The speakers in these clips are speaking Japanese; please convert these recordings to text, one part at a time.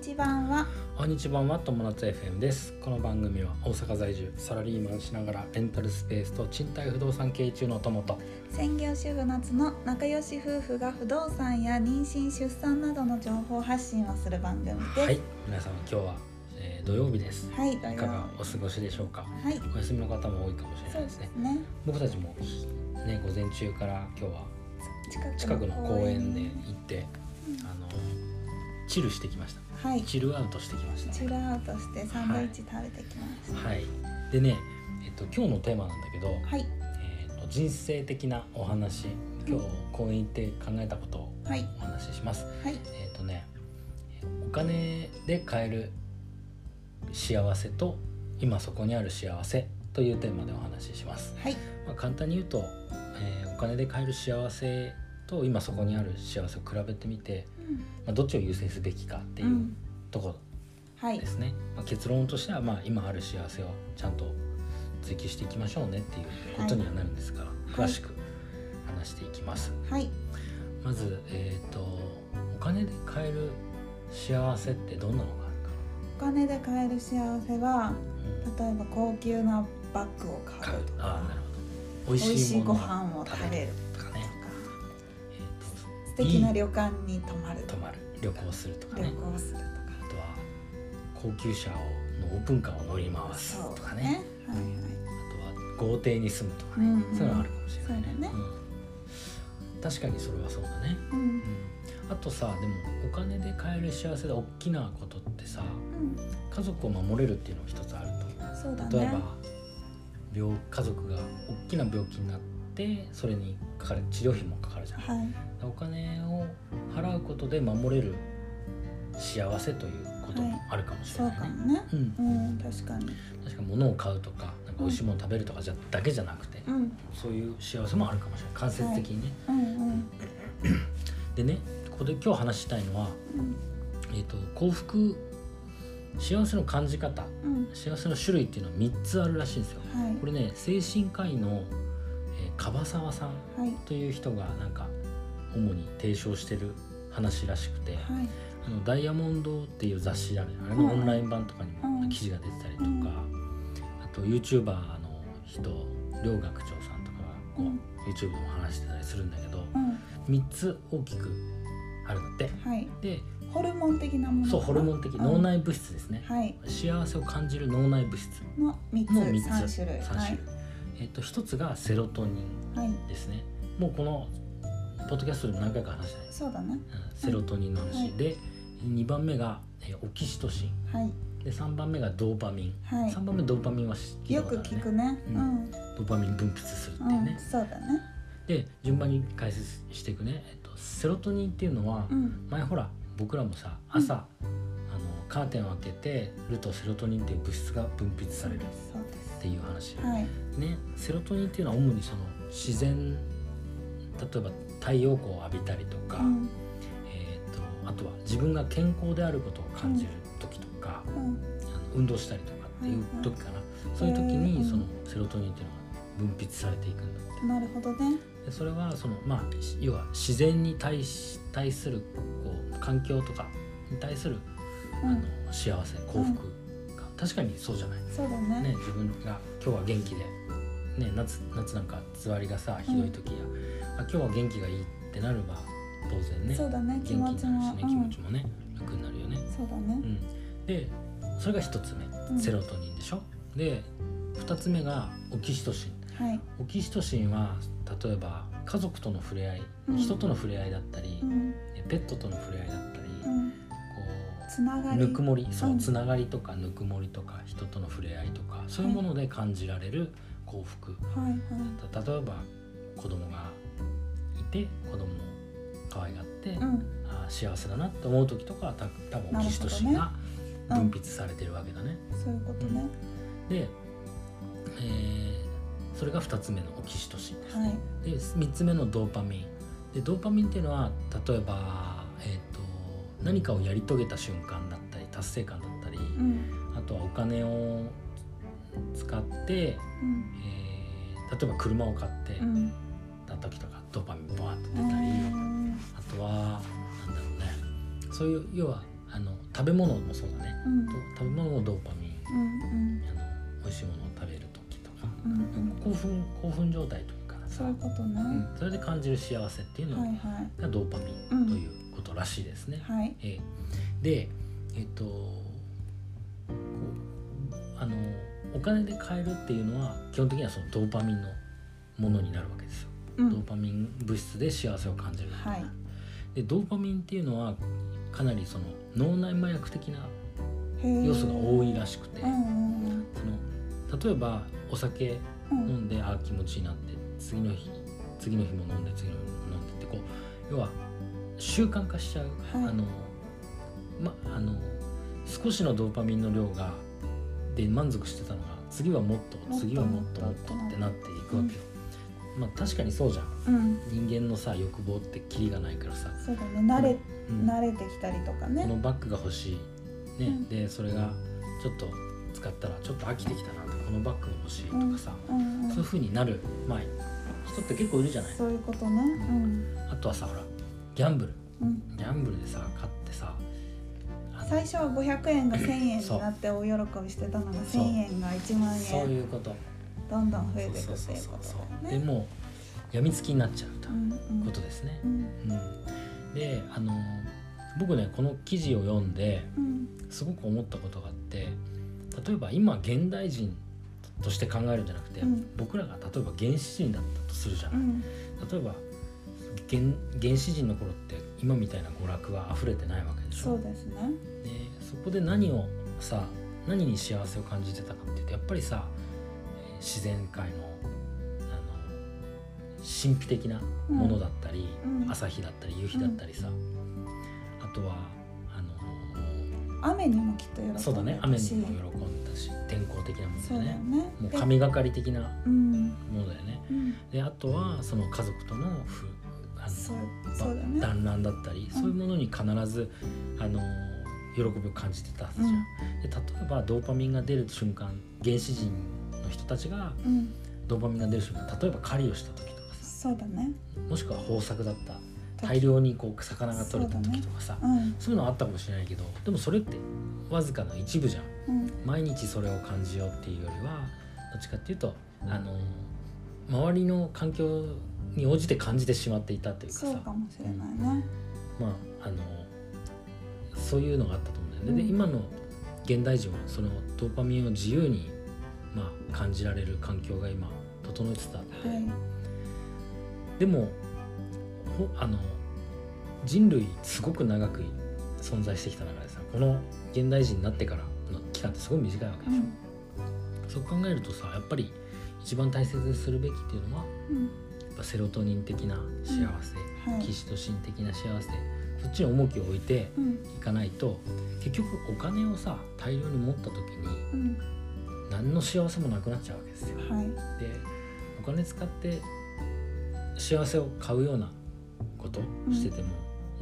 ち版はこんにちは友達 FM ですこの番組は大阪在住サラリーマンしながらレンタルスペースと賃貸不動産経営中の友と専業主婦夏の仲良し夫婦が不動産や妊娠出産などの情報発信をする番組ですはい皆様今日は、えー土曜日ですはい土い曜かがお過ごしでしょうかはいお休みの方も多いかもしれなそいうでですすねね僕たちもね午前中から今日は近近くくのの公公園園でに行ってあのチルしてきましたはいチルアウトしてきましたチルアウトしてサンドイッチ食べてきましたはいでねえっと今日のテーマなんだけど、はいえー、と人生的なお話今日公園行って考えたことをはいお話しします。はいえっ、とねお金で買える幸せと今そこにある幸せというテーマでお話しします。はいまあ、簡単に言うと、えーお金で買える幸せと今そこにある幸せを比べてみて、うんまあ、どっちを優先すべきかっていううんところはいですね、まあ、結論としては、まあ、今ある幸せをちゃんと追求していきましょうねっていうことにはなるんですが、はい詳しく話していきます、はいまず、えー、とお金で買える幸せってどんなのがあるかお金で買える幸せはな、例えば高級なバッグを買買ううととかああなるほど美味しいものご飯を食べるとと、かねかえー素敵な旅館に泊まると泊まる旅行するとか旅ね行するとかあとは高級車をのオープンカーを乗り回すそうとかねはいはあとは豪邸に住むとかね、うんそういうのあるかもしれないねそうだねうん確かにそれはそうだね、いうんうん、あとさでもお金で買える幸せで大きなことってさうん家族を守れるっていうのも一つあるそうだと例えねば病家族が大きな病気になってそれにかかる治療費もかかるじゃんはいお金を払うことで守れる幸せということもあるかもしれそうないね、かもねうんうん確かに確かに物を買うとかなんか美味しいもの食べるとかじゃだけじゃなくて、うんそういう幸せもあるかもしれない間接的にね、うんうんでねここで今日話したいのは、うんえー、と幸福幸せの感じ方うん幸せの種類っていうのは3つあるらしいんですよはいこれね精神科医の、えー、樺沢さんはいという人がなんか主に提唱してる話らしくて、はいあのダイヤモンドっていう雑誌だねあれうんのオンライン版とかにうもん記事が出てたりとうかあと YouTuber の人両学長さんとかがこうんう YouTube でも話してたりするんだけどうん3つ大きくあるんだってはいでホルモン的なものそうホルモン的脳内内物質ですねはい幸せを感じる脳内物質の三の3つつ三種類三種類えっと1つがセロトニンはいはいですねもうこのポッドキャストでも何回か話したねそうだねうんセロトニンのは話いで2番目がえーオキシトシンはいで3番目がドーパミン、は3番目ドーパミンは知っいてよるかくら聞ねくねううんんドーパミン分泌するっていううんね、そうだねで順番に解説していくね、えっと、セロトニンっていうのは、うん前ほら僕らもさ朝、あのカーテンを開けてるとセロトニンっていう物質が分泌されるっそうですていう話、はいねセロトニンっていうのは主にその自然例えば太陽光を浴びたりとか、うんえっとあとは自分が健康であることを感じる時とか、うんあの運動したりとかっていう時かな、そういう時へにーそのセロトニンっていうのが分泌されていくんだってなるほどねでそれはそのまあし要は自然に対し対するこう環境とかに対する、うあんの幸せ幸福が、確かにそうじゃない、そうだね、ね自分が今日は元気で、ね、夏夏なんかつわりがさひどい時や、あ今日は元気がいいってなれば当然ねそうだね元気気にな持るしちもねう気持んちもね楽になるよね。そうだねうん、でそれが1つ目、んセロトニンでしょで2つ目がオキシトシンはいオキシトシンは例えば家族との触れ合い、うん人との触れ合いだったり、うんペットとの触れ合いだったり、うこんつながうりぬくもりそううんつながりとかぬくもりとか人との触れ合いとかそういうもので感じられる幸福、はいはいた例えば子供がいて子供を可愛がって、うんあー幸せだなって思う時とかはた多分オキシトシンがなるほど分ねうん泌されてるわけだね。そういうことねで、えーそれが2つ目のオキシトシンです。はいで3つ目のドーパミン。でドーパミンっていうのは例えば、えー、と何かをやり遂げた瞬間だったり達成感だったり、うんあとはお金を使って、うんえー例えば車を買ってうんた時とかドーパミンバーってう出たり。んあとはなんだろうねそういう要はあの食べ物もそうだねうんと食べ物もドーパミンうんあの美味しいものを食べる時とかうんうん興奮興奮状態というかさそういうことね、うんそれで感じる幸せっていうのはいがはいドーパミンということらしいですね。はいえーでえっとこうあのお金で買えるっていうのは基本的にはそのドーパミンのものになるわけですよ。うドーんパミン物質で幸せを感じるみたいなはでドーパミンっていうのはかなりその脳内麻薬的なへー要素が多いらしくて、うんうんその例えばお酒うんうん飲んであー気持ちいいなって次の日次の日も飲んで次の日も飲んでってこう要は習慣化しちゃう、はいあのまあの少しのドーパミンの量がで満足してたのが次はもっともっと次はもっともっともっとってなっていくわけよ、まあ確かにそうじゃんうん人間のさ欲望ってキリがないからさ、そうだね慣れ、うん慣れてきたりとかこねのバッグが欲しい、ねうんでそれがちょっと使ったらちょっと飽きてきたなこのバッグが欲しいとかさ、うんうんそういう風になる、まあ、人って結構いるじゃないそういうことねうんあとはさほらギャンブルうんギャンブルでさ買ってさあの最初は500円が1000円そうになって大喜びしてたのがそう1000円が1万そう円いうことどんどん増えていくそうってそういそううこそうとでねもうやみつきになっちゃううんうんとことですねう、んうん、であの僕ねこの記事を読んでうんすごく思ったことがあって例えば今現代人として考えるんじゃなくて、うん僕らが例えば原始人だったとするじゃうない、ん、ん例えば原原始人の頃って今みたいな娯楽は溢れてないわけでしそょうですねでそこで何をさ何に幸せを感じてたかっていうとやっぱりさえー自然界のあの神秘的なうんものだったり、うん朝日だったり夕日だったりさ、あとはあの雨にもきっと喜んでたしそうだね雨にも喜んだし天候的なものそうだだよねねもうで神がかり的なうんものだよねうんであとはその家族との夫あのそうばそうだね団らんだったうり、んそういうものに必ずあの喜びを感じてたはずじゃん。で例えばドーパミンが出る瞬間原始人の人たちがうんドーパミンが出る瞬間例えば狩りをした時とかさそうだねもしくは豊作だった大量にこう魚が取れたそうだ時ねとかさそう,、うんいうのあったかもしれないけどでもそれってわずかの一部じゃん。うん毎日それを感じようっていうよりはどっちかっていうとあの周りの環境に応じて感じてしまっていたというかさ。そうかもしれないねまあ、あのそういうのがあったと思うんだよね。うでん今の現代人はそのドーパミンを自由に、まあ、感じられる環境が今整えてたって、はいでもほあの人類すごく長く存在してきた中でさこの現代人になってからの期間ってすごい短いわうけでしんょ、そう考えるとさやっぱり一番大切にするべきっていうのはうんやっぱセロトニン的な幸せ、はキいシトシン的な幸せそっちに重きを置いて、うんいかないと結局お金をさ大量に持った時にうん何の幸せもなくなっちゃうわけですよ。はいでお金使って幸せを買うようなことうんしてても、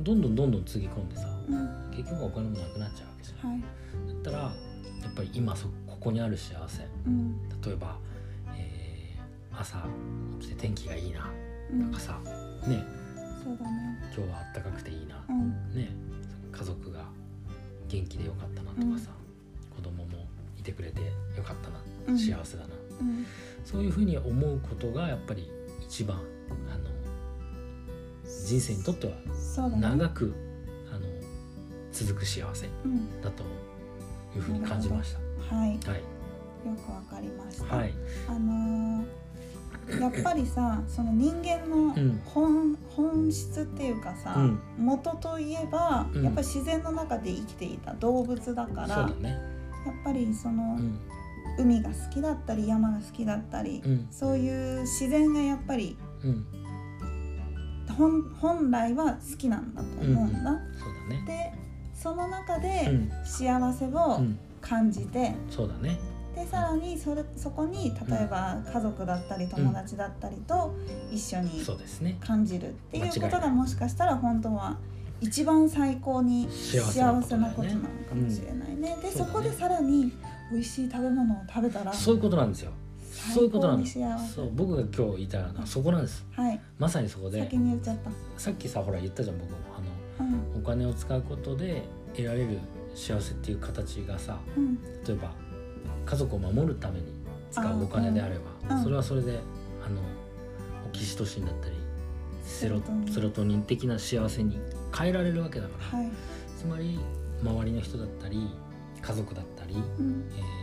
どんどんどんどんつぎ込んでさうん結局お金もなくなっちゃうわけじゃはいん。だったらやっぱり今そここにある幸せうん例えば、えー朝起きて天気がいいなうなんんかさねそうだね今日は暖かくていいなうんね、家族が元気でよかったなとかさ、子供もいてくれてよかったな、うん幸せだなうんそういうふうに思うことがやっぱり一番あの人生にとってはそうだね長く、あの続く幸せうんだというふうに感じましはいた。はい、よくわかりましたはい、あのーやっぱりさその人間のうん本,、本質っていうかさ、うん元といえば、うんやっぱり自然の中で生きていた動物だからそうだやっね、ぱりその、うん、海が好きだったり山が好きだったり、うん、そういう自然がやっぱりうん、本本来は好きなんだとうん、思うんだ。そうだね、でその中うでん、幸せをうん、感じて、そうだね、でさらにそれそこに例えば家族だったり友達だったりと一緒にそうですね、感じるっていうこ間違といながいもしかしたら本当は一番最高に幸幸せなことだせなことなよねのかもしれないね。でそうだねそこでさらに美味しい食べ物を食べたらそういうことなんですよ。そういうことなんです最高に幸。せそう、僕が今日言いたいのはそこなんです。はいまさにそこで先に言っちゃった。さっきさほら言ったじゃん僕もあのうんお金を使うことで得られる幸せっていう形がさうん例えば家族を守るために使うお金であれば、うんうんそれはそれであのオキシトシンだったりセセロロトニンセロトニン的な幸せに変えられるわけだから、はいつまり周りの人だったり家族だったり、うんえー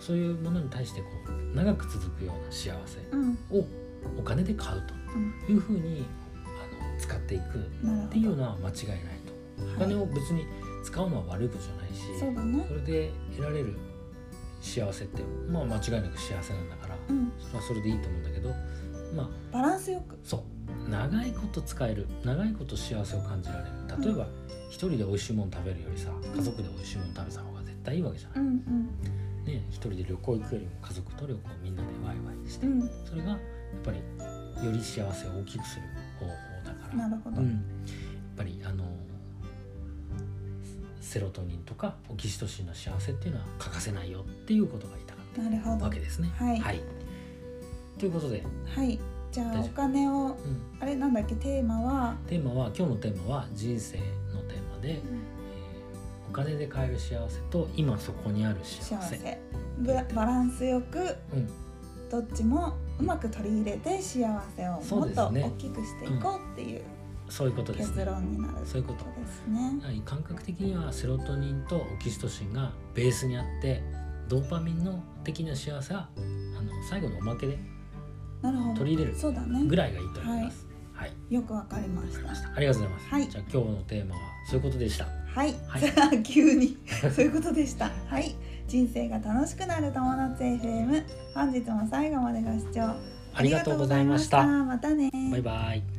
そういうものに対してこう長く続くような幸せうんをお金で買ううんというふうにあの使っていくっなるほどていうのは間違いないと。お金はを別に使うのは悪いことじゃないいし、そうだねそれで得られる幸せってまあ間違いなく幸せなんだから、うんそれはそれでいいと思うんだけどまあバランスよくそう長いこと使える長いこと幸せを感じられる例えば、一人で美味しいもの食べるよりさ家族で美味しいもの食べた方が絶対いいわけじゃない、うんうんね一人で旅行行くよりも家族と旅行みんなでワイワイして、うんそれがやっぱりより幸せを大きくする方法だからなるほどうん、やっぱりあのセロトニンとかオキシトシンの幸せっていうのは欠かせないよっていうことが言いたかっなるほたどわけですね。はいということで、はいじゃ大あ丈夫お金をうん、あれなんだっけテーマはテーマは今日のテーマは人生のテーマで、えーお金で買える幸せと今そこにある幸せ幸せブラバランスよくうんどっちもうまく取り入れて幸せをそもうっでとすね大きくしていこうっていうそういうことです結ね。論になるそういうことですね。はい感覚的にはセロトニンとオキシトシンがベースにあってドーパミンの的な幸せはあの最後のおまけでなるほど取り入れるそうだねぐらいがいいと思います。はい、よくわかりましわかりたました。ありがとうございます。はいじゃあ今日のテーマはそういうことでした。はい、はいじゃあ 急 にそういうことでしたはい人生が楽しくなる友達 FM 本日も最後までご視聴ありがとうございました。ありがとうございましたまたねバイバイ。